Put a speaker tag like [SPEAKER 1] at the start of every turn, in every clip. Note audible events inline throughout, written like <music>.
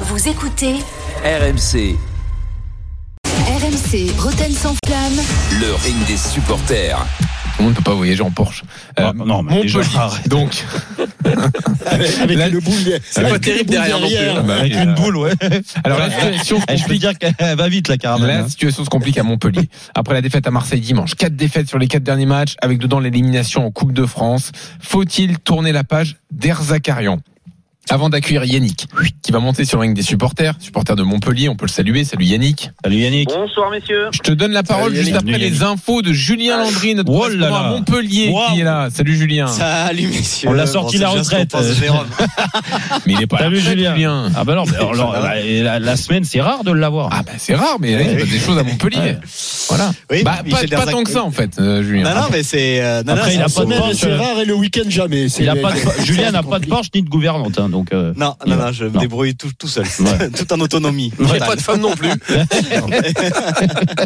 [SPEAKER 1] Vous écoutez
[SPEAKER 2] RMC,
[SPEAKER 1] RMC Roten sans flamme.
[SPEAKER 2] le ring des supporters.
[SPEAKER 3] Tout le monde ne peut pas voyager en Porsche.
[SPEAKER 4] Ah, non, mais déjà,
[SPEAKER 3] Euh, Montpellier,
[SPEAKER 4] arrête. <laughs>
[SPEAKER 3] donc.
[SPEAKER 5] Avec
[SPEAKER 3] La-
[SPEAKER 5] une boule.
[SPEAKER 6] Ah,
[SPEAKER 5] C'est
[SPEAKER 3] pas
[SPEAKER 2] terrible derrière non plus, hein.
[SPEAKER 3] Bah,
[SPEAKER 4] <laughs> Avec une boule, ouais.
[SPEAKER 3] Alors la situation, se
[SPEAKER 4] <laughs> Eh, Je peux
[SPEAKER 3] complique-
[SPEAKER 4] dire qu'elle va vite, la caravane. hein.
[SPEAKER 3] la situation se complique à Montpellier. Après la défaite à Marseille dimanche, quatre défaites sur les quatre derniers matchs, avec dedans l'élimination en Coupe de France. Faut-il tourner la page d'Erzakarian avant d'accueillir Yannick, qui va monter sur le ring des supporters, supporters de Montpellier, on peut le saluer. Salut Yannick.
[SPEAKER 4] Salut Yannick.
[SPEAKER 7] Bonsoir messieurs.
[SPEAKER 3] Je te donne la parole
[SPEAKER 5] Yannick.
[SPEAKER 3] juste après
[SPEAKER 4] Salut, Yannick.
[SPEAKER 3] les infos de Julien Landry, notre
[SPEAKER 4] Oh là
[SPEAKER 3] correspondant à
[SPEAKER 4] là.
[SPEAKER 3] Montpellier, qui
[SPEAKER 4] Wow.
[SPEAKER 3] est là. Salut
[SPEAKER 5] <laughs>
[SPEAKER 3] Julien.
[SPEAKER 5] Salut messieurs.
[SPEAKER 4] On l'a sorti la retraite. <laughs>
[SPEAKER 3] Mais il est pas là.
[SPEAKER 4] Salut, Julien.
[SPEAKER 3] Julien.
[SPEAKER 4] Ah bah non, mais alors, la, la- la semaine, c'est rare de l'avoir.
[SPEAKER 3] Ah bah c'est rare, mais là, il se passe des choses à Montpellier. Voilà.
[SPEAKER 5] Oui,
[SPEAKER 3] Bah,
[SPEAKER 5] Michel
[SPEAKER 3] pas, pas
[SPEAKER 5] Darzac-
[SPEAKER 3] tant que ça en fait, euh, Julien.
[SPEAKER 5] Non, non, mais c'est. euh, non,
[SPEAKER 4] Après,
[SPEAKER 5] non,
[SPEAKER 4] il a
[SPEAKER 5] c'est-
[SPEAKER 4] pas de
[SPEAKER 5] c'est-
[SPEAKER 4] Porsche.
[SPEAKER 5] C'est rare et le week-end jamais. C'est-
[SPEAKER 4] Il a pas de-
[SPEAKER 5] c'est-
[SPEAKER 4] Julien n'a
[SPEAKER 5] c'est
[SPEAKER 4] pas de
[SPEAKER 5] compliqué.
[SPEAKER 4] Porsche ni de gouvernante, hein, donc. euh,
[SPEAKER 5] Non, non, non, je me
[SPEAKER 4] Non.
[SPEAKER 5] débrouille tout, tout seul.
[SPEAKER 4] Ouais.
[SPEAKER 5] <laughs> tout en autonomie.
[SPEAKER 4] Ouais.
[SPEAKER 5] Totale.
[SPEAKER 2] de femme non plus.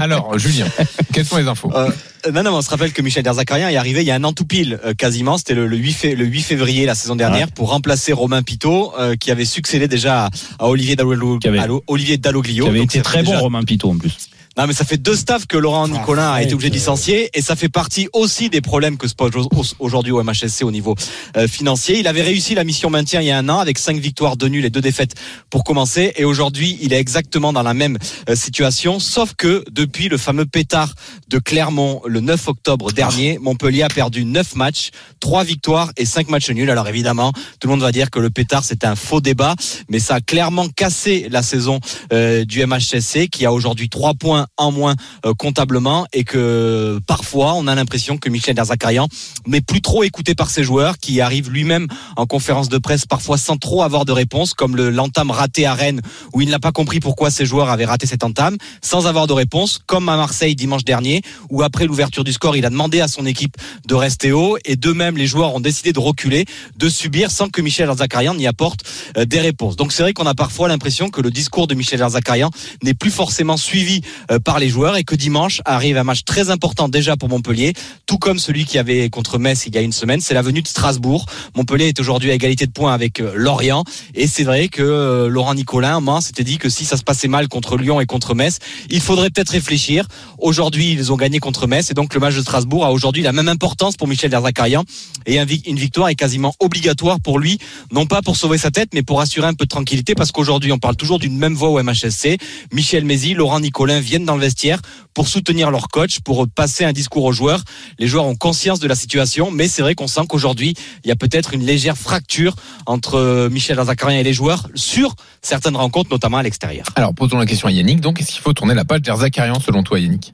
[SPEAKER 3] Alors, Julien, quelles sont les infos
[SPEAKER 5] Euh, euh, non, non, on se rappelle que Michel Derzacarian est arrivé il y a un an tout pile, euh, quasiment. C'était le, le 8 fé- le 8 février la saison dernière pour remplacer Romain Pitot, euh, qui avait succédé déjà à, à Olivier Dalloglio.
[SPEAKER 4] Qui avait-
[SPEAKER 5] à Lo- Olivier Dalloglio.
[SPEAKER 4] Il avait
[SPEAKER 5] Donc,
[SPEAKER 4] été
[SPEAKER 5] ça
[SPEAKER 4] très
[SPEAKER 5] fait
[SPEAKER 4] bon,
[SPEAKER 5] déjà-
[SPEAKER 4] Romain Pitot, en plus.
[SPEAKER 5] Non, mais ça fait deux staffs que Laurent Nicolin a été obligé de licencier et ça fait partie aussi des problèmes que se pose au- aujourd'hui au MHSC au niveau euh, financier. Il avait réussi la mission maintien il y a un an avec cinq victoires, deux nuls et deux défaites pour commencer. Et aujourd'hui, il est exactement dans la même euh, situation, sauf que depuis le fameux pétard de Clermont le 9 octobre dernier, Montpellier a perdu neuf matchs, trois victoires et cinq matchs nuls. Alors évidemment, tout le monde va dire que le pétard c'est un faux débat, mais ça a clairement cassé la saison euh, du MHSC qui a aujourd'hui trois points en moins euh, comptablement et que parfois on a l'impression que Michel Derzakarian n'est plus trop écouté par ses joueurs qui arrive lui-même en conférence de presse parfois sans trop avoir de réponse comme le l'entame raté à Rennes où il n'a pas compris pourquoi ses joueurs avaient raté cette entame sans avoir de réponse comme à Marseille dimanche dernier où après l'ouverture du score il a demandé à son équipe de rester haut et de même les joueurs ont décidé de reculer de subir sans que Michel Derzakarian n'y apporte euh, des réponses. Donc c'est vrai qu'on a parfois l'impression que le discours de Michel Derzakarian n'est plus forcément suivi euh, par les joueurs et que dimanche arrive un match très important déjà pour Montpellier, tout comme celui qui avait contre Metz il y a une semaine, c'est la venue de Strasbourg. Montpellier est aujourd'hui à égalité de points avec euh, Lorient et c'est vrai que euh, Laurent Nicolin en main s'était dit que si ça se passait mal contre Lyon et contre Metz, il faudrait peut-être réfléchir. Aujourd'hui, ils ont gagné contre Metz et donc le match de Strasbourg a aujourd'hui la même importance pour Michel Derzakarian et un vi- une victoire est quasiment obligatoire pour lui non pas pour sauver sa tête, mais pour assurer un peu de tranquillité, parce qu'aujourd'hui, on parle toujours d'une même voix au MHSC. Michel Mézy, Laurent Nicolin viennent dans le vestiaire pour soutenir leur coach, pour passer un discours aux joueurs. Les joueurs ont conscience de la situation, mais c'est vrai qu'on sent qu'aujourd'hui, il y a peut-être une légère fracture entre euh, Michel Azakarian et les joueurs sur certaines rencontres, notamment à l'extérieur.
[SPEAKER 3] Alors, posons la question à Yannick. Donc, est-ce qu'il faut tourner la page d'Erzakarian selon toi, Yannick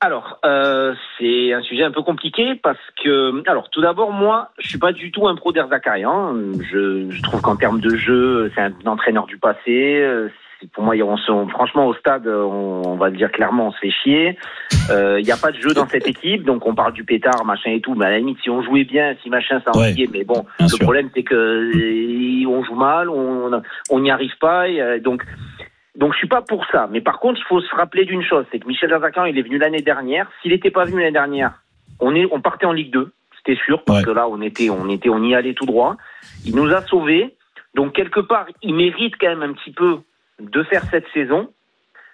[SPEAKER 7] Alors, euh, c'est un sujet un peu compliqué parce que, alors tout d'abord, moi, je suis pas du tout un pro d'Erzakarian. Je, je trouve qu'en termes de jeu, c'est un entraîneur du passé. Euh, c'est- Pour moi, on se- on- franchement, au stade, on, on va le dire clairement, on se fait chier. Euh, Il n'y a pas de jeu dans cette équipe, donc on parle du pétard, machin et tout. Mais à la limite, si on jouait bien, si machin, ça
[SPEAKER 4] Ouais.
[SPEAKER 7] enviait. Mais bon,
[SPEAKER 4] Bien
[SPEAKER 7] le
[SPEAKER 4] sûr.
[SPEAKER 7] problème, c'est que euh, on joue mal, on on n'y arrive pas. et, euh, donc, donc je suis pas pour ça. Mais par contre, il faut se rappeler d'une chose, c'est que Michel Azacan, il est venu l'année dernière. S'il n'était pas venu l'année dernière, on est, on partait en Ligue 2, c'était sûr, parce
[SPEAKER 4] Ouais.
[SPEAKER 7] que là, on était, on était, on y allait tout droit. Il nous a sauvés. Donc quelque part, il mérite quand même un petit peu de faire cette saison.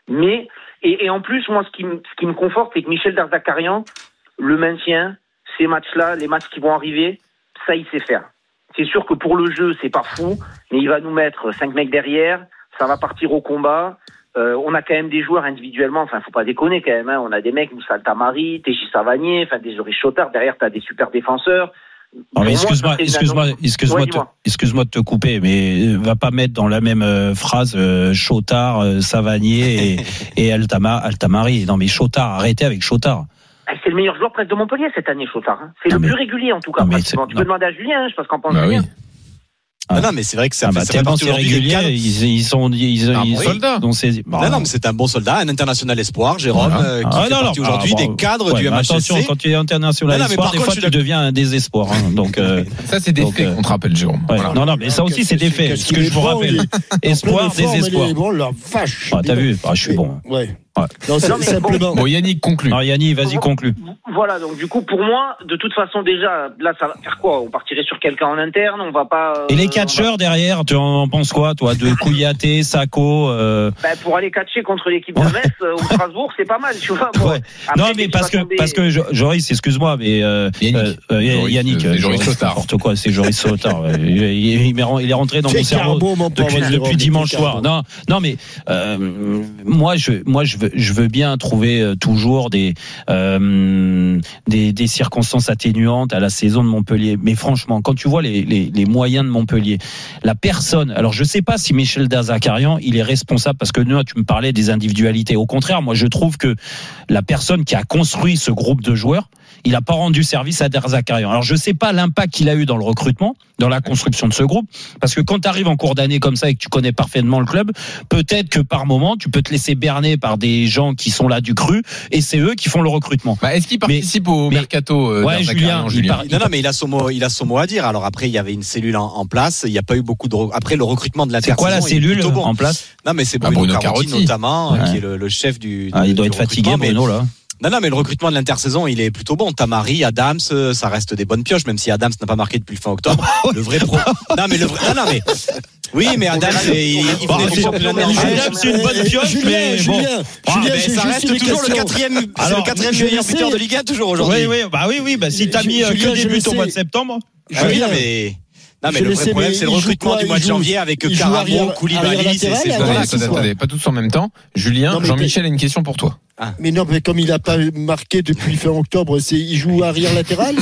[SPEAKER 7] Mais et, et en plus, moi, ce qui, me- ce qui me conforte, c'est que Michel Darzacarian, le maintien, ces matchs-là, les matchs qui vont arriver, ça, il sait faire. C'est sûr que pour le jeu, c'est pas fou, mais il va nous mettre cinq mecs derrière, ça va partir au combat. Euh, on a quand même des joueurs individuellement, enfin, faut pas déconner quand même. hein. On a des mecs, Moussa Altamari, Téchi Savanier, enfin, des Joris Chotard. Derrière, t'as des super défenseurs.
[SPEAKER 4] Non, mais
[SPEAKER 7] Pour moi,
[SPEAKER 4] excuse-moi,
[SPEAKER 7] ça, c'est une
[SPEAKER 4] excuse-moi,
[SPEAKER 7] anomalie.
[SPEAKER 4] excuse-moi,
[SPEAKER 7] Ouais,
[SPEAKER 4] de-
[SPEAKER 7] dis-moi.
[SPEAKER 4] excuse-moi de te couper, mais euh, va pas mettre dans la même euh, phrase euh, Chotard, euh, Savanier <laughs> et, et Altama, Altamari. Non, mais Chotard, arrêtez avec Chotard.
[SPEAKER 7] Ah, C'est le meilleur joueur presque de Montpellier cette année, Chotard. hein. C'est
[SPEAKER 4] Non, Ah,
[SPEAKER 7] le
[SPEAKER 4] mais-
[SPEAKER 7] plus régulier en tout cas.
[SPEAKER 4] Non, mais
[SPEAKER 7] pratiquement.
[SPEAKER 4] c'est-
[SPEAKER 7] Tu
[SPEAKER 4] non.
[SPEAKER 7] peux demander à Julien, hein, je pense qu'en pense
[SPEAKER 3] Bah oui.
[SPEAKER 7] Julien.
[SPEAKER 4] Ah.
[SPEAKER 5] Non, non, mais c'est vrai que ça,
[SPEAKER 4] Ah
[SPEAKER 5] fait-
[SPEAKER 4] bah,
[SPEAKER 5] ça fait
[SPEAKER 4] tellement
[SPEAKER 5] partie
[SPEAKER 4] c'est
[SPEAKER 5] aujourd'hui du
[SPEAKER 4] régulier,
[SPEAKER 5] cadre.
[SPEAKER 4] ils, ils sont, ils,
[SPEAKER 3] Ah,
[SPEAKER 4] ils,
[SPEAKER 3] bon soldat.
[SPEAKER 4] ils ont saisi- Bah,
[SPEAKER 5] Non, non, mais c'est un bon soldat, un international espoir, Jérôme,
[SPEAKER 3] Voilà.
[SPEAKER 5] euh, qui
[SPEAKER 4] Ah,
[SPEAKER 5] fait
[SPEAKER 4] non, non,
[SPEAKER 5] partie
[SPEAKER 4] ah,
[SPEAKER 5] aujourd'hui
[SPEAKER 4] bah,
[SPEAKER 5] des cadres
[SPEAKER 4] ouais,
[SPEAKER 5] du
[SPEAKER 4] mais
[SPEAKER 5] MHSC.
[SPEAKER 4] Attention, quand tu es international,
[SPEAKER 5] Non, non, mais
[SPEAKER 4] espoir,
[SPEAKER 5] par
[SPEAKER 4] des
[SPEAKER 5] contre,
[SPEAKER 4] fois,
[SPEAKER 5] je
[SPEAKER 4] tu
[SPEAKER 5] suis
[SPEAKER 4] deviens un désespoir. hein. donc,
[SPEAKER 5] <laughs>
[SPEAKER 4] euh,
[SPEAKER 3] Ça, c'est des
[SPEAKER 4] Donc,
[SPEAKER 3] faits
[SPEAKER 4] euh,
[SPEAKER 3] qu'on te rappelle, Jérôme.
[SPEAKER 4] ouais.
[SPEAKER 3] Voilà.
[SPEAKER 4] non, non, mais ça aussi, c'est des faits. Ce que je vous rappelle, espoir, désespoir.
[SPEAKER 8] Bon, la vache.
[SPEAKER 4] Ah, T'as vu, Ah, je suis bon.
[SPEAKER 8] Ouais. Non, c'est
[SPEAKER 7] Non, mais bon.
[SPEAKER 8] simplement.
[SPEAKER 3] Bon, Yannick conclut.
[SPEAKER 4] Alors Yanni, vas-y, conclue.
[SPEAKER 7] Voilà, donc du coup, pour moi, de toute façon, déjà, là, ça va faire quoi On partirait sur quelqu'un en interne, on va pas. euh,
[SPEAKER 4] Et les
[SPEAKER 7] on va-
[SPEAKER 4] catcheurs derrière, tu en penses quoi, toi, de Kouyaté, Sako euh,
[SPEAKER 7] Ben, Pour aller catcher contre l'équipe de Metz euh, ou Strasbourg, c'est pas mal,
[SPEAKER 4] <laughs>
[SPEAKER 7] tu vois. bon.
[SPEAKER 4] ouais.
[SPEAKER 7] Après,
[SPEAKER 4] Non,
[SPEAKER 7] tu
[SPEAKER 4] mais
[SPEAKER 7] vas
[SPEAKER 4] parce que,
[SPEAKER 7] tomber-
[SPEAKER 4] parce que Jo- Joris, excuse-moi, mais euh,
[SPEAKER 3] Yannick.
[SPEAKER 4] euh, euh,
[SPEAKER 3] Joris,
[SPEAKER 4] Yannick,
[SPEAKER 3] c'est
[SPEAKER 4] euh,
[SPEAKER 3] Joris Sautard.
[SPEAKER 4] n'importe quoi, c'est Joris Sautard. ouais. Il, il- il m'est ren- il est rentré dans
[SPEAKER 8] T'es
[SPEAKER 4] mon cerveau.
[SPEAKER 8] carbone, mon pauvre
[SPEAKER 4] depuis,
[SPEAKER 8] Jérôme,
[SPEAKER 4] depuis
[SPEAKER 8] t'es
[SPEAKER 4] dimanche
[SPEAKER 8] carbone.
[SPEAKER 4] soir. Non, non, mais euh, moi, je, moi, je veux, je veux bien trouver euh, toujours des, euh, des, des circonstances atténuantes à la saison de Montpellier. Mais franchement, quand tu vois les, les, les moyens de Montpellier, la personne. Alors, je sais pas si Michel Dazakarian, il est responsable parce que nous, tu me parlais des individualités. Au contraire, moi, je trouve que la personne qui a construit ce groupe de joueurs, il n'a pas rendu service à Derzakarian. Alors je ne sais pas l'impact qu'il a eu dans le recrutement, dans la construction de ce groupe, parce que quand tu arrives en cours d'année comme ça et que tu connais parfaitement le club, peut-être que par moment tu peux te laisser berner par des gens qui sont là du cru et c'est eux qui font le recrutement.
[SPEAKER 3] Bah, Est-ce qu'il participe au
[SPEAKER 4] mais-
[SPEAKER 3] mercato euh,
[SPEAKER 4] Ouais,
[SPEAKER 3] d'Azakarian,
[SPEAKER 4] Julien, il part-
[SPEAKER 5] Non, non, mais il a son mot, il a son mot à dire. Alors après, il y avait une cellule en, en place. Il n'y a pas eu beaucoup de. re- Après, le recrutement de la
[SPEAKER 4] C'est quoi la cellule
[SPEAKER 5] bon.
[SPEAKER 4] en place
[SPEAKER 5] Non, mais c'est Ah,
[SPEAKER 3] Bah,
[SPEAKER 5] Bruno,
[SPEAKER 3] Bruno
[SPEAKER 5] Carotti,
[SPEAKER 3] Carotti.
[SPEAKER 5] notamment, euh,
[SPEAKER 4] Ouais.
[SPEAKER 5] qui est le, le chef du.
[SPEAKER 4] Ah, Il
[SPEAKER 5] du-
[SPEAKER 4] doit
[SPEAKER 5] du
[SPEAKER 4] être fatigué,
[SPEAKER 5] recrutement, mais-
[SPEAKER 4] Bruno, là.
[SPEAKER 5] Non, non, mais le recrutement de l'intersaison, il est plutôt bon. Tamari, Adams, euh, ça reste des bonnes pioches, même si Adams n'a pas marqué depuis le fin octobre. le vrai pro. Non, mais le vrai. Non, non, mais. Oui, mais Adams, il, il venait
[SPEAKER 7] Bon,
[SPEAKER 5] du
[SPEAKER 7] c'est-
[SPEAKER 5] championnat
[SPEAKER 7] mais
[SPEAKER 5] norvégien.
[SPEAKER 7] Adams, c'est une bonne
[SPEAKER 4] pioche,
[SPEAKER 8] Julien,
[SPEAKER 4] mais bon.
[SPEAKER 8] Julien,
[SPEAKER 4] Ah,
[SPEAKER 8] Julien,
[SPEAKER 5] Ben,
[SPEAKER 8] j'ai
[SPEAKER 5] ça
[SPEAKER 8] juste
[SPEAKER 5] reste
[SPEAKER 8] une
[SPEAKER 5] toujours le
[SPEAKER 8] question.
[SPEAKER 5] quatrième, c'est
[SPEAKER 4] Alors,
[SPEAKER 5] le quatrième
[SPEAKER 8] je vais
[SPEAKER 5] meilleur
[SPEAKER 8] laisser-
[SPEAKER 5] buteur de Ligue 1 toujours aujourd'hui.
[SPEAKER 4] Oui, oui, bah oui, oui, bah si t'as
[SPEAKER 8] Ju-
[SPEAKER 4] mis euh,
[SPEAKER 8] Julien,
[SPEAKER 4] que
[SPEAKER 8] je
[SPEAKER 4] des buts au
[SPEAKER 8] sais.
[SPEAKER 4] mois de septembre.
[SPEAKER 5] Ah oui,
[SPEAKER 8] Julien,
[SPEAKER 5] non, mais. Non, mais
[SPEAKER 8] Je
[SPEAKER 5] le
[SPEAKER 8] le
[SPEAKER 5] vrai
[SPEAKER 8] sais,
[SPEAKER 5] problème,
[SPEAKER 8] mais
[SPEAKER 5] c'est le
[SPEAKER 8] il joue
[SPEAKER 5] recrutement
[SPEAKER 8] quoi,
[SPEAKER 5] du mois
[SPEAKER 8] il
[SPEAKER 5] de
[SPEAKER 8] joue-
[SPEAKER 5] janvier avec
[SPEAKER 8] il joue
[SPEAKER 5] Caramo,
[SPEAKER 8] arrière-
[SPEAKER 5] Koulibaly, c'est.
[SPEAKER 8] arrière
[SPEAKER 5] c'est-
[SPEAKER 8] latéral,
[SPEAKER 3] Attendez,
[SPEAKER 8] voilà,
[SPEAKER 3] attendez,
[SPEAKER 8] c'est ça.
[SPEAKER 3] attendez, pas tous en même temps. Julien,
[SPEAKER 8] Non, mais
[SPEAKER 3] Jean-Michel a une question pour toi.
[SPEAKER 8] Mais non, mais comme il n'a pas marqué depuis fin octobre, c'est il joue arrière latéral.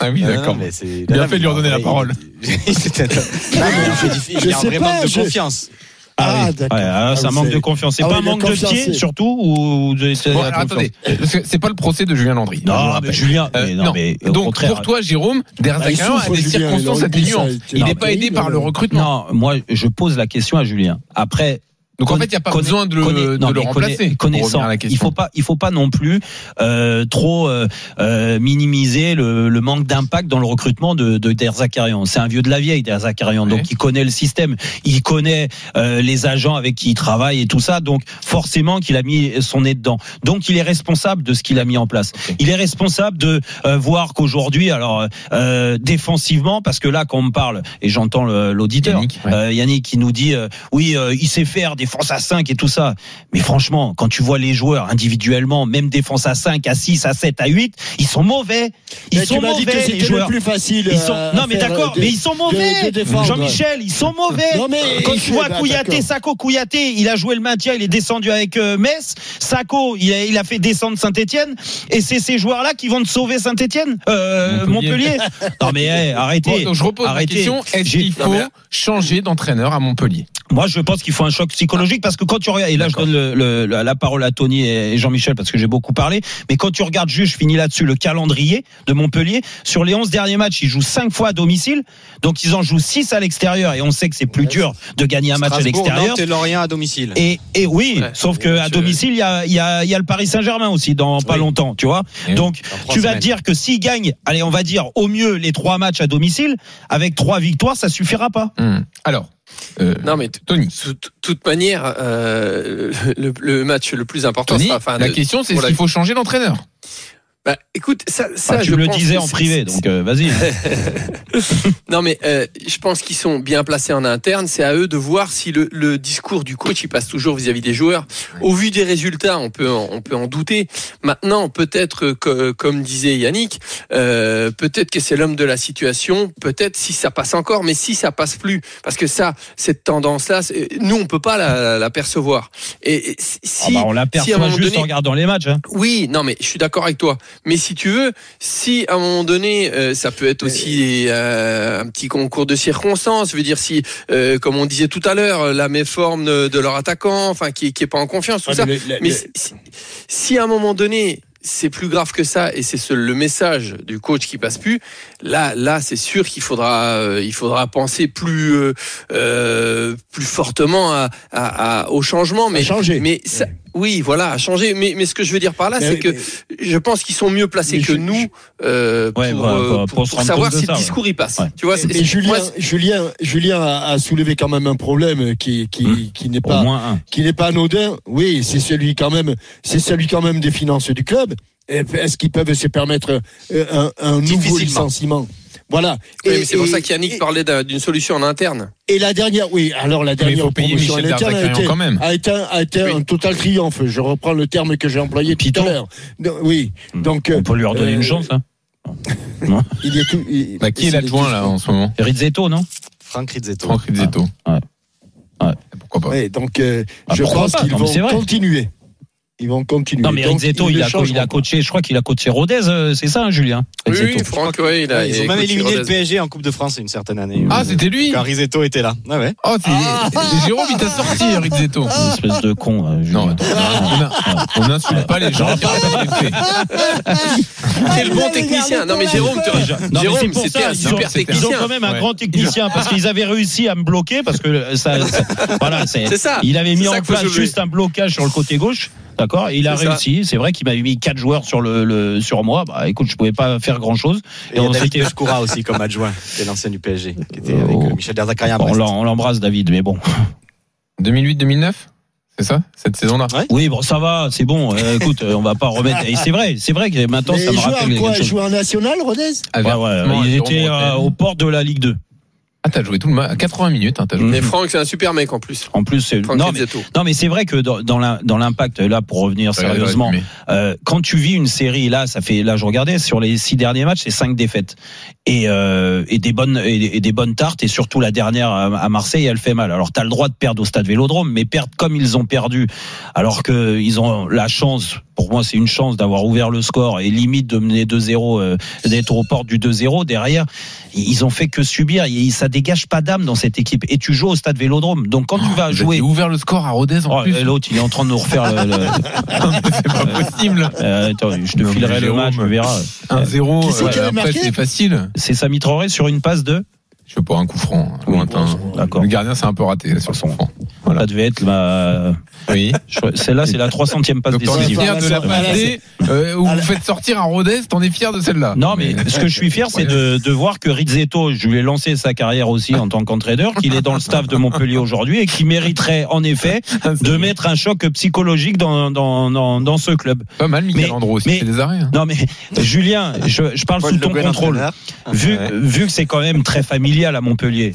[SPEAKER 3] Ah oui,
[SPEAKER 5] Non, non,
[SPEAKER 3] d'accord. <laughs>
[SPEAKER 5] mais c'est- non,
[SPEAKER 3] Bien
[SPEAKER 5] non,
[SPEAKER 3] fait de
[SPEAKER 5] mais
[SPEAKER 3] lui redonner la
[SPEAKER 5] il-
[SPEAKER 3] parole.
[SPEAKER 5] C'était- Non, mais il fait du-
[SPEAKER 8] je
[SPEAKER 5] Il y a un
[SPEAKER 8] sais
[SPEAKER 5] vrai
[SPEAKER 8] pas,
[SPEAKER 5] manque de
[SPEAKER 8] je-
[SPEAKER 5] confiance.
[SPEAKER 8] Ah,
[SPEAKER 4] oui.
[SPEAKER 8] d'accord.
[SPEAKER 4] Ouais, ah,
[SPEAKER 8] Ah,
[SPEAKER 4] ça
[SPEAKER 8] oui,
[SPEAKER 4] manque
[SPEAKER 8] c'est-
[SPEAKER 4] de confiance. C'est
[SPEAKER 8] Ah
[SPEAKER 4] pas
[SPEAKER 8] oui,
[SPEAKER 4] un
[SPEAKER 8] de
[SPEAKER 4] manque de
[SPEAKER 8] confiance,
[SPEAKER 4] pied
[SPEAKER 8] c'est-
[SPEAKER 4] surtout ou de- c'est
[SPEAKER 3] Bon,
[SPEAKER 4] la
[SPEAKER 3] alors,
[SPEAKER 4] confiance
[SPEAKER 3] attendez, parce que c'est pas le procès de Julien Landry. Je vous
[SPEAKER 4] Non, mais
[SPEAKER 3] rappelle.
[SPEAKER 4] Julien, mais
[SPEAKER 3] Euh,
[SPEAKER 4] non,
[SPEAKER 3] non.
[SPEAKER 4] mais au
[SPEAKER 3] Donc
[SPEAKER 4] contraire,
[SPEAKER 3] pour toi, Jérôme,
[SPEAKER 8] Bah, il
[SPEAKER 3] Derzakarian a
[SPEAKER 8] souffre,
[SPEAKER 3] des
[SPEAKER 8] Julien,
[SPEAKER 3] circonstances
[SPEAKER 8] il a oublié ça,
[SPEAKER 3] atténuantes.
[SPEAKER 8] il était
[SPEAKER 3] Il n'est
[SPEAKER 8] dans
[SPEAKER 3] pas
[SPEAKER 8] le
[SPEAKER 3] aidé
[SPEAKER 8] pays,
[SPEAKER 3] par
[SPEAKER 8] mais-
[SPEAKER 3] le recrutement.
[SPEAKER 4] Non, moi, je pose la question à Julien. Après.
[SPEAKER 3] Donc en
[SPEAKER 4] conna-
[SPEAKER 3] fait, il n'y a pas
[SPEAKER 4] conna-
[SPEAKER 3] besoin de le-
[SPEAKER 4] conna-
[SPEAKER 3] de
[SPEAKER 4] non,
[SPEAKER 3] le
[SPEAKER 4] mais conna-
[SPEAKER 3] remplacer, pour revenir
[SPEAKER 4] Connaissant,
[SPEAKER 3] à la
[SPEAKER 4] il
[SPEAKER 3] question.
[SPEAKER 4] faut pas, il faut pas non plus euh, trop euh, euh, minimiser le, le manque d'impact dans le recrutement de, de Derzakarian. C'est un vieux de la vieille, Derzakarian, donc
[SPEAKER 3] Ouais.
[SPEAKER 4] il connaît le système, il connaît euh, les agents avec qui il travaille et tout ça. Donc forcément qu'il a mis son nez dedans. Donc il est responsable de ce qu'il a mis en place. Il est responsable de euh, voir qu'aujourd'hui, alors euh, défensivement, parce que là, quand on me parle et j'entends le- l'auditeur
[SPEAKER 3] Yannick, ouais.
[SPEAKER 4] euh, Yannick qui nous dit euh, oui, euh, il sait faire défense à 5 et tout ça. Mais franchement, quand tu vois les joueurs individuellement, même défense à 5, à 6, à 7, à 8, ils sont mauvais. Ils
[SPEAKER 8] Mais
[SPEAKER 4] sont
[SPEAKER 8] tu m'as dit que
[SPEAKER 4] mauvais les
[SPEAKER 8] c'était le
[SPEAKER 4] joueurs.
[SPEAKER 8] plus facile.
[SPEAKER 4] Ils sont-
[SPEAKER 8] à-
[SPEAKER 4] non
[SPEAKER 8] à
[SPEAKER 4] mais
[SPEAKER 8] faire,
[SPEAKER 4] d'accord,
[SPEAKER 8] euh, de-
[SPEAKER 4] mais ils sont
[SPEAKER 8] de- de
[SPEAKER 4] mauvais.
[SPEAKER 8] défendre.
[SPEAKER 4] Jean-Michel, ils sont mauvais.
[SPEAKER 8] Non, mais-
[SPEAKER 4] quand tu vois
[SPEAKER 8] bah,
[SPEAKER 4] Kouyaté,
[SPEAKER 8] d'accord.
[SPEAKER 4] Sako Kouyaté, il a joué le maintien, il est descendu avec euh, Metz. Sako, il a, il a fait descendre Saint-Étienne et c'est ces joueurs-là qui vont te sauver Saint-Étienne, euh,
[SPEAKER 3] Montpellier.
[SPEAKER 4] Montpellier.
[SPEAKER 3] <laughs>
[SPEAKER 4] Non mais hey,
[SPEAKER 3] Bon,
[SPEAKER 4] arrêtez.
[SPEAKER 3] donc je repose
[SPEAKER 4] arrêtez.
[SPEAKER 3] la question est-ce
[SPEAKER 4] J'ai-
[SPEAKER 3] qu'il
[SPEAKER 4] Non,
[SPEAKER 3] faut
[SPEAKER 4] mais-
[SPEAKER 3] changer d'entraîneur à Montpellier
[SPEAKER 4] Moi, je pense qu'il faut un choc psychologique parce que quand tu regardes, et là, je
[SPEAKER 3] D'accord.
[SPEAKER 4] donne le- le- la la parole à Tony et Jean-Michel parce que j'ai beaucoup parlé, mais quand tu regardes juste, je finis là-dessus, le calendrier de Montpellier, sur les 11 derniers matchs, ils jouent 5 fois à domicile, donc ils en jouent 6 à l'extérieur et on sait que c'est plus dur de gagner un match à
[SPEAKER 5] Strasbourg,
[SPEAKER 4] l'extérieur.
[SPEAKER 5] Nantes et Lorient à domicile.
[SPEAKER 4] Et, et oui, sauf que à domicile, il y a, il y, a, il y a le Paris Saint-Germain aussi dans pas
[SPEAKER 5] Oui.
[SPEAKER 4] longtemps, tu vois.
[SPEAKER 3] Et oui,
[SPEAKER 4] Donc,
[SPEAKER 5] dans trois
[SPEAKER 4] tu vas
[SPEAKER 5] semaines.
[SPEAKER 4] dire que s'ils gagnent, allez, on va dire au mieux les trois matchs à domicile, avec trois victoires, ça suffira pas.
[SPEAKER 3] Hmm. Alors, euh,
[SPEAKER 6] Non, mais de
[SPEAKER 3] Tony.
[SPEAKER 6] toute- toute manière, euh, le, le match le plus important,
[SPEAKER 3] Tony,
[SPEAKER 6] sera- enfin,
[SPEAKER 3] la
[SPEAKER 6] de-
[SPEAKER 3] question c'est
[SPEAKER 6] pour la-
[SPEAKER 3] est-ce qu'il faut changer d'entraîneur
[SPEAKER 6] Bah, écoute, ça, ça
[SPEAKER 4] Enfin, Ah, tu
[SPEAKER 6] je
[SPEAKER 4] me le
[SPEAKER 6] pense
[SPEAKER 4] disais
[SPEAKER 6] que
[SPEAKER 4] en
[SPEAKER 6] c'est-
[SPEAKER 4] privé,
[SPEAKER 6] c'est-
[SPEAKER 4] donc euh, vas-y.
[SPEAKER 6] Non, mais euh, je pense qu'ils sont bien placés en interne. C'est à eux de voir si le, le discours du coach il passe toujours vis-à-vis des joueurs. Au vu des résultats, on peut en, on peut en douter. Maintenant, peut-être que, comme disait Yannick, euh, peut-être que c'est l'homme de la situation. Peut-être si ça passe encore, mais si ça passe plus, parce que ça, cette tendance-là, c'est- nous on peut pas la, la percevoir. Et et si
[SPEAKER 4] Ah bah, on
[SPEAKER 6] si à un
[SPEAKER 4] l'aperçoit
[SPEAKER 6] moment
[SPEAKER 4] juste
[SPEAKER 6] donné-
[SPEAKER 4] en regardant les matchs. Hein.
[SPEAKER 6] Oui, non, mais je suis d'accord avec toi. Mais si tu veux, si à un moment donné, euh, ça peut être aussi euh, un petit concours de circonstances. Je veux dire, si, euh, comme on disait tout à l'heure, euh, la méforme de, de leur attaquant, enfin, qui, qui est pas en confiance, tout
[SPEAKER 8] Ouais,
[SPEAKER 6] ça.
[SPEAKER 8] mais le- le-
[SPEAKER 6] Mais
[SPEAKER 8] le-
[SPEAKER 6] si, si- si à un moment donné, c'est plus grave que ça, et c'est seul le message du coach qui passe plus. Là, là, c'est sûr qu'il faudra, euh, il faudra penser plus, euh, euh, plus fortement à, à- à- au changement. Mais
[SPEAKER 8] changer.
[SPEAKER 6] mais ça, oui, voilà, à changer. Mais, mais ce que je veux dire par là,
[SPEAKER 8] Mais
[SPEAKER 6] c'est
[SPEAKER 8] oui,
[SPEAKER 6] que je pense qu'ils sont mieux placés
[SPEAKER 8] Mais
[SPEAKER 6] que
[SPEAKER 8] je-
[SPEAKER 6] nous euh,
[SPEAKER 4] Ouais,
[SPEAKER 6] pour,
[SPEAKER 4] voilà,
[SPEAKER 6] euh,
[SPEAKER 4] pour-
[SPEAKER 6] pour-
[SPEAKER 4] pour se
[SPEAKER 6] pour
[SPEAKER 4] rendre
[SPEAKER 6] savoir
[SPEAKER 4] compte de
[SPEAKER 6] si
[SPEAKER 4] ça,
[SPEAKER 6] le
[SPEAKER 4] ouais.
[SPEAKER 6] discours y passe.
[SPEAKER 4] Ouais.
[SPEAKER 6] Tu vois, c'est-
[SPEAKER 8] Mais
[SPEAKER 6] c'est-
[SPEAKER 8] Julien,
[SPEAKER 6] moi, c'est-
[SPEAKER 8] Julien, Julien a, a soulevé quand même un problème qui, qui,
[SPEAKER 4] Mmh.
[SPEAKER 8] qui n'est
[SPEAKER 4] Au
[SPEAKER 6] Bah,
[SPEAKER 8] pas,
[SPEAKER 4] moins un.
[SPEAKER 8] qui n'est pas anodin. Oui, c'est celui quand même, c'est celui quand même des finances du club. Et Est-ce qu'ils peuvent se permettre euh, un, un nouveau
[SPEAKER 5] Difficilement.
[SPEAKER 8] licenciement Voilà.
[SPEAKER 6] oui, mais c'est pour ça qu'Yannick
[SPEAKER 8] et-
[SPEAKER 6] parlait d'un- d'une solution en interne.
[SPEAKER 8] Et la dernière, oui, alors la
[SPEAKER 3] Mais il
[SPEAKER 8] dernière
[SPEAKER 3] faut payer
[SPEAKER 8] promotion à
[SPEAKER 3] Michel
[SPEAKER 8] l'interne a
[SPEAKER 3] Darzacarian
[SPEAKER 8] été,
[SPEAKER 3] quand même.
[SPEAKER 8] a été, a été
[SPEAKER 6] Oui.
[SPEAKER 8] un total triomphe. Je reprends le terme que j'ai employé tout à
[SPEAKER 4] Piton.
[SPEAKER 8] l'heure. Non, Oui,
[SPEAKER 4] Mm.
[SPEAKER 8] donc euh,
[SPEAKER 4] On peut lui redonner
[SPEAKER 8] euh,
[SPEAKER 4] une chance. Hein.
[SPEAKER 8] il y a tout. il-
[SPEAKER 3] Bah, qui est
[SPEAKER 8] c'est
[SPEAKER 3] l'adjoint
[SPEAKER 8] des-
[SPEAKER 3] là en ce moment
[SPEAKER 4] Rizzetto, non
[SPEAKER 5] Franck Rizzetto.
[SPEAKER 3] Franck Rizzetto. Eh,
[SPEAKER 4] Ouais. Ouais.
[SPEAKER 3] Pourquoi pas
[SPEAKER 8] Ouais, donc euh,
[SPEAKER 4] Ah,
[SPEAKER 8] je
[SPEAKER 4] pourquoi
[SPEAKER 8] pense
[SPEAKER 4] pas
[SPEAKER 8] qu'ils
[SPEAKER 4] Non, mais c'est
[SPEAKER 8] vont
[SPEAKER 4] vrai.
[SPEAKER 8] continuer. Ils vont continuer.
[SPEAKER 4] Non, mais
[SPEAKER 8] Donc,
[SPEAKER 4] Rizzetto,
[SPEAKER 8] ils
[SPEAKER 4] il,
[SPEAKER 8] ne
[SPEAKER 4] a, il
[SPEAKER 8] changeront
[SPEAKER 4] a coaché, je crois qu'il a coaché Rodez, euh, c'est ça, hein, Julien
[SPEAKER 6] Oui,
[SPEAKER 4] Rizzetto.
[SPEAKER 6] oui, Franck, ouais, il a.
[SPEAKER 5] Ils
[SPEAKER 6] il a
[SPEAKER 5] ont même
[SPEAKER 6] coaché
[SPEAKER 5] éliminé le
[SPEAKER 6] Rodez.
[SPEAKER 5] PSG en Coupe de France une certaine année.
[SPEAKER 3] Ah, c'était lui
[SPEAKER 5] Quand Rizzetto était là. Ah ouais.
[SPEAKER 3] Oh, c'est- Jérôme, il t'a sorti, Rizzetto.
[SPEAKER 6] Ah.
[SPEAKER 8] Ah.
[SPEAKER 4] Une espèce de con, euh, Julien.
[SPEAKER 3] Non, attends, on a- on n'insulte pas les gens qui ont fait des faits.
[SPEAKER 6] Quel bon technicien. Non, mais Jérôme, tu-
[SPEAKER 4] Non, mais
[SPEAKER 6] Jérôme,
[SPEAKER 4] c'est pour
[SPEAKER 6] c'était
[SPEAKER 4] ça,
[SPEAKER 6] un
[SPEAKER 4] ils ont-
[SPEAKER 6] super
[SPEAKER 3] c'était-
[SPEAKER 4] Ils ont
[SPEAKER 6] technicien.
[SPEAKER 4] quand même un
[SPEAKER 3] Ouais.
[SPEAKER 4] grand technicien parce qu'ils avaient réussi à me bloquer parce
[SPEAKER 6] <laughs>
[SPEAKER 4] que ça, ça- voilà, c'est,
[SPEAKER 6] C'est ça.
[SPEAKER 4] il avait
[SPEAKER 6] C'est
[SPEAKER 4] mis
[SPEAKER 6] ça
[SPEAKER 4] en
[SPEAKER 6] qu'il faut
[SPEAKER 4] place
[SPEAKER 6] soulever.
[SPEAKER 4] juste un blocage sur le côté gauche. D'accord, et il a
[SPEAKER 6] C'est ça.
[SPEAKER 4] réussi. C'est vrai qu'il m'avait mis quatre joueurs sur le, le- sur moi. Bah, écoute, je pouvais pas faire grand chose.
[SPEAKER 5] Et il y a
[SPEAKER 4] on
[SPEAKER 5] David
[SPEAKER 4] s'était-
[SPEAKER 5] Beskoura aussi comme adjoint, qui est l'ancien du PSG, qui était avec
[SPEAKER 4] Oh.
[SPEAKER 5] euh, Michel Derzacarian. à
[SPEAKER 4] Bon, on
[SPEAKER 5] Brest.
[SPEAKER 4] l'em- on l'embrasse, David, mais bon.
[SPEAKER 3] 2008-2009 C'est ça Cette saison-là
[SPEAKER 4] Oui, bon, ça va, c'est bon. Euh, écoute, euh, on va pas remettre. Et c'est vrai, c'est vrai que maintenant,
[SPEAKER 8] Mais
[SPEAKER 4] ça me
[SPEAKER 8] il joue
[SPEAKER 4] rappelle
[SPEAKER 8] à quoi
[SPEAKER 4] quelque
[SPEAKER 8] Il
[SPEAKER 4] chose.
[SPEAKER 8] joue en national, Rodez
[SPEAKER 4] Ouais,
[SPEAKER 3] Avertissement
[SPEAKER 4] ouais,
[SPEAKER 3] à
[SPEAKER 4] il
[SPEAKER 3] Jérôme
[SPEAKER 4] était
[SPEAKER 3] Rotten.
[SPEAKER 4] euh, aux portes de la Ligue 2.
[SPEAKER 3] Ah, t'as joué tout le match. 80 minutes, hein, t'as joué.
[SPEAKER 4] Mm.
[SPEAKER 6] Mais Franck, c'est un super mec en plus.
[SPEAKER 4] En plus, c'est-
[SPEAKER 6] Franck
[SPEAKER 4] non, mais,
[SPEAKER 6] Rizzetto.
[SPEAKER 4] non, mais c'est vrai que dans, dans la- dans l'impact, là, pour revenir
[SPEAKER 3] Ouais, ouais,
[SPEAKER 4] sérieusement,
[SPEAKER 3] mais-
[SPEAKER 4] Euh, quand tu vis une série, là, ça fait, là, je regardais sur les six derniers matchs, c'est cinq défaites et, euh, et des bonnes et, des- et des bonnes tartes et surtout la dernière à, à Marseille, elle fait mal. Alors, t'as le droit de perdre au Stade Vélodrome, mais perdre comme ils ont perdu, alors que ils ont la chance. Pour moi, c'est une chance d'avoir ouvert le score et limite de mener 2-0, euh, d'être aux portes du 2-0. Derrière, ils ont fait que subir. Et ça dégage pas d'âme dans cette équipe. Et tu joues au Stade Vélodrome. Donc, quand tu
[SPEAKER 3] Oh,
[SPEAKER 4] vas
[SPEAKER 3] Vous
[SPEAKER 4] jouer,
[SPEAKER 3] avez ouvert le score à Rodez en
[SPEAKER 4] Oh,
[SPEAKER 3] plus.
[SPEAKER 4] l'autre, il est en train de nous refaire le- le,
[SPEAKER 3] c'est pas possible.
[SPEAKER 4] euh, attends, je te
[SPEAKER 3] Non, mais
[SPEAKER 4] filerai le
[SPEAKER 3] Jérôme.
[SPEAKER 4] match, tu verras.
[SPEAKER 3] 1-0.
[SPEAKER 8] Qui c'est
[SPEAKER 3] ouais,
[SPEAKER 8] qui avait
[SPEAKER 3] euh, après,
[SPEAKER 8] marqué
[SPEAKER 3] c'est facile.
[SPEAKER 4] C'est Sami Traoré sur une passe de.
[SPEAKER 3] Je sais pas, un coup franc, hein,
[SPEAKER 4] Oui,
[SPEAKER 3] lointain.
[SPEAKER 4] bon, d'accord.
[SPEAKER 3] Le gardien s'est un peu raté là, sur son franc. Voilà.
[SPEAKER 4] Ça devait être la.
[SPEAKER 3] Oui.
[SPEAKER 4] je- Celle-là, c'est la 300e passe
[SPEAKER 3] Donc t'en es
[SPEAKER 4] décisive.
[SPEAKER 3] fier de la
[SPEAKER 8] Voilà,
[SPEAKER 3] passer, euh, ou
[SPEAKER 8] Ah,
[SPEAKER 3] vous
[SPEAKER 8] là-
[SPEAKER 3] faites sortir un Rodez, t'en es fier de celle-là.
[SPEAKER 4] Non, mais ce que je suis fier, c'est de, de voir que Rizzetto, je lui ai lancé sa carrière aussi en tant qu'entraîneur, qu'il est dans le staff de Montpellier aujourd'hui et qui mériterait en effet de mettre un choc psychologique dans, dans, dans, dans ce club.
[SPEAKER 3] Pas mal, Michael
[SPEAKER 4] Mais-
[SPEAKER 3] Andro aussi,
[SPEAKER 4] mais-
[SPEAKER 3] c'est des arrêts. hein.
[SPEAKER 4] Non mais Julien, je, je parle
[SPEAKER 5] Paul
[SPEAKER 4] sous
[SPEAKER 5] Le
[SPEAKER 4] ton
[SPEAKER 5] Guen,
[SPEAKER 4] contrôle.
[SPEAKER 5] entraîneur.
[SPEAKER 4] Vu,
[SPEAKER 3] Ouais. Ah.
[SPEAKER 4] vu que c'est quand même très familial à Montpellier,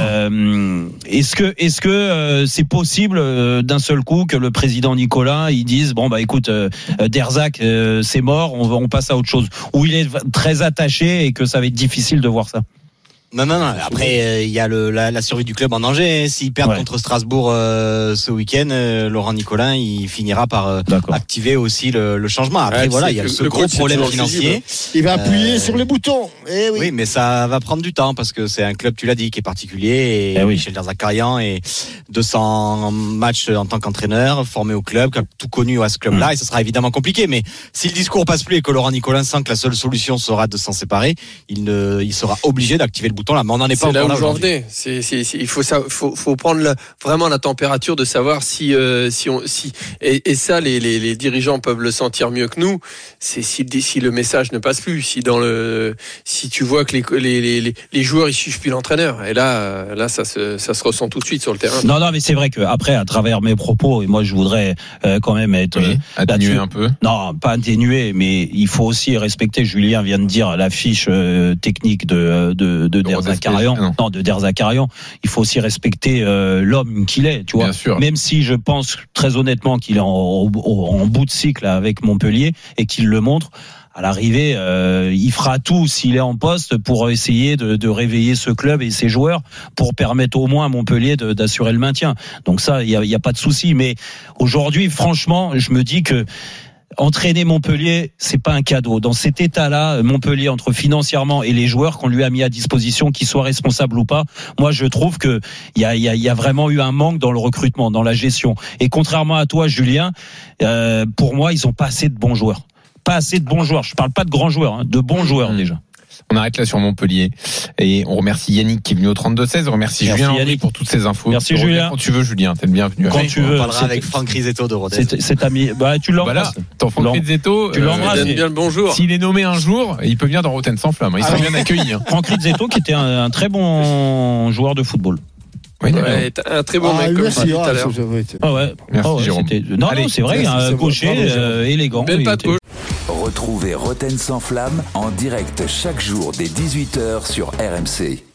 [SPEAKER 4] euh, est-ce que est-ce que euh, c'est possible euh, d'un seul coup que le président Nicolas il dise bon bah écoute euh, euh, Derzac euh, c'est mort on, va- on passe à autre chose ou il est v- très attaché et que ça va être difficile de voir ça.
[SPEAKER 5] Non, non, non. Après, euh, il y a le, la, la survie du club en danger. hein. S'ils perdent
[SPEAKER 4] Ouais.
[SPEAKER 5] contre Strasbourg euh, ce week-end, euh, Laurent Nicolin, il finira par euh,
[SPEAKER 4] D'accord.
[SPEAKER 5] activer aussi le, le changement. Après,
[SPEAKER 6] Ouais,
[SPEAKER 5] voilà,
[SPEAKER 6] c'est-
[SPEAKER 5] il y a
[SPEAKER 6] le-
[SPEAKER 5] ce
[SPEAKER 6] le
[SPEAKER 5] gros
[SPEAKER 6] coach, c'est
[SPEAKER 5] problème
[SPEAKER 6] toujours
[SPEAKER 5] financier.
[SPEAKER 8] Il va
[SPEAKER 5] Euh,
[SPEAKER 8] appuyer sur les boutons. Eh oui.
[SPEAKER 5] Oui, mais ça va prendre du temps parce que c'est un club, tu l'as dit, qui est particulier. Et
[SPEAKER 4] Eh oui.
[SPEAKER 5] Michel Derzakarian et 200 matchs en tant qu'entraîneur, formé au club, qui a tout connu à ce club-là. Et ça sera évidemment compliqué. Mais si le discours passe plus et que Laurent Nicolin sent que la seule solution sera de s'en séparer, il ne, il sera obligé d'activer le bouton là. Mais on n'en est pas
[SPEAKER 6] C'est là
[SPEAKER 5] encore
[SPEAKER 6] où
[SPEAKER 5] là
[SPEAKER 6] j'en
[SPEAKER 5] aujourd'hui.
[SPEAKER 6] venais. C'est- c'est- c'est- il faut, ça, faut, faut prendre la- vraiment la température de savoir si, euh, si on, si, et, et ça, les, les, les dirigeants peuvent le sentir mieux que nous. C'est si, le- si le message ne passe plus, si dans le, si tu vois que les, les, les- les, les joueurs ils suivent plus l'entraîneur. Et là, euh, là, ça se, ça se ressent tout de suite sur le terrain.
[SPEAKER 4] Non non mais c'est vrai que après à travers mes propos et moi je voudrais euh, quand même être euh,
[SPEAKER 3] Oui, atténuer
[SPEAKER 4] là-dessus.
[SPEAKER 3] un peu.
[SPEAKER 4] Non, pas atténué, mais il faut aussi respecter. Julien vient de dire la fiche euh, technique de euh, de, de, Derzakarian.
[SPEAKER 3] Rodez, non.
[SPEAKER 4] Non, de Derzakarian. Il faut aussi respecter euh, l'homme qu'il est, tu vois.
[SPEAKER 3] Bien sûr.
[SPEAKER 4] Même si je pense très honnêtement qu'il est en, au- au- en bout de cycle avec Montpellier et qu'il le montre. À l'arrivée, euh, il fera tout s'il est en poste pour essayer de, de réveiller ce club et ses joueurs pour permettre au moins à Montpellier de- d'assurer le maintien. Donc ça, il n'y a, il y a pas de souci. Mais aujourd'hui, franchement, je me dis que entraîner Montpellier, c'est pas un cadeau. Dans cet état-là, Montpellier entre financièrement et les joueurs qu'on lui a mis à disposition, qu'ils soient responsables ou pas, moi je trouve que il y a, il y a- il y a vraiment eu un manque dans le recrutement, dans la gestion. Et contrairement à toi, Julien, euh, pour moi, ils ont pas assez de bons joueurs. Pas assez de bons joueurs. Je parle pas de grands joueurs, hein, de bons joueurs
[SPEAKER 3] Mmh.
[SPEAKER 4] déjà.
[SPEAKER 3] On arrête là sur Montpellier. Et on remercie Yannick qui est venu au 32-16. On remercie
[SPEAKER 4] Merci,
[SPEAKER 3] Julien Henry
[SPEAKER 4] Yannick.
[SPEAKER 3] pour toutes ces infos.
[SPEAKER 4] Merci,
[SPEAKER 3] Tu reviens
[SPEAKER 4] Julien.
[SPEAKER 3] Quand tu veux, Julien, t'es le bienvenu.
[SPEAKER 4] Quand tu
[SPEAKER 5] On
[SPEAKER 4] veux.
[SPEAKER 5] parlera
[SPEAKER 4] c'est-
[SPEAKER 5] avec Franck Risetto de Rodez.
[SPEAKER 4] C'est cet ami. Bah, tu
[SPEAKER 3] Voilà,
[SPEAKER 4] l'embrasses.
[SPEAKER 3] t'en fous
[SPEAKER 4] Laurent.
[SPEAKER 3] Pizzetto. euh,
[SPEAKER 4] Tu l'embrasses.
[SPEAKER 9] Donne bien le bonjour.
[SPEAKER 3] S'il est nommé un jour, il peut venir dans Rotten sans flamme. Il sera
[SPEAKER 4] Ah
[SPEAKER 3] bien accueilli.
[SPEAKER 4] <laughs>
[SPEAKER 3] hein.
[SPEAKER 4] Franck Rizzetto, qui était un, un très bon joueur de football.
[SPEAKER 3] Oui, d'accord.
[SPEAKER 9] Ouais, t'as un très bon
[SPEAKER 8] Ah,
[SPEAKER 9] mec, comme je
[SPEAKER 8] merci,
[SPEAKER 9] disais tout à
[SPEAKER 8] ah,
[SPEAKER 9] l'heure.
[SPEAKER 8] ça, ça va être-
[SPEAKER 4] Ah ouais.
[SPEAKER 3] Merci,
[SPEAKER 4] Ah ouais,
[SPEAKER 3] Jérôme.
[SPEAKER 4] c'était- Non,
[SPEAKER 3] Allez,
[SPEAKER 4] non, c'est vrai,
[SPEAKER 8] merci,
[SPEAKER 4] un
[SPEAKER 8] c'est bon.
[SPEAKER 4] gaucher
[SPEAKER 8] Bravo, Jérôme.
[SPEAKER 4] euh, élégant.
[SPEAKER 9] Belle
[SPEAKER 4] Il
[SPEAKER 9] patte
[SPEAKER 4] était-
[SPEAKER 9] gauche.
[SPEAKER 6] Retrouvez Roten sans flamme en direct chaque jour dès 18h sur RMC.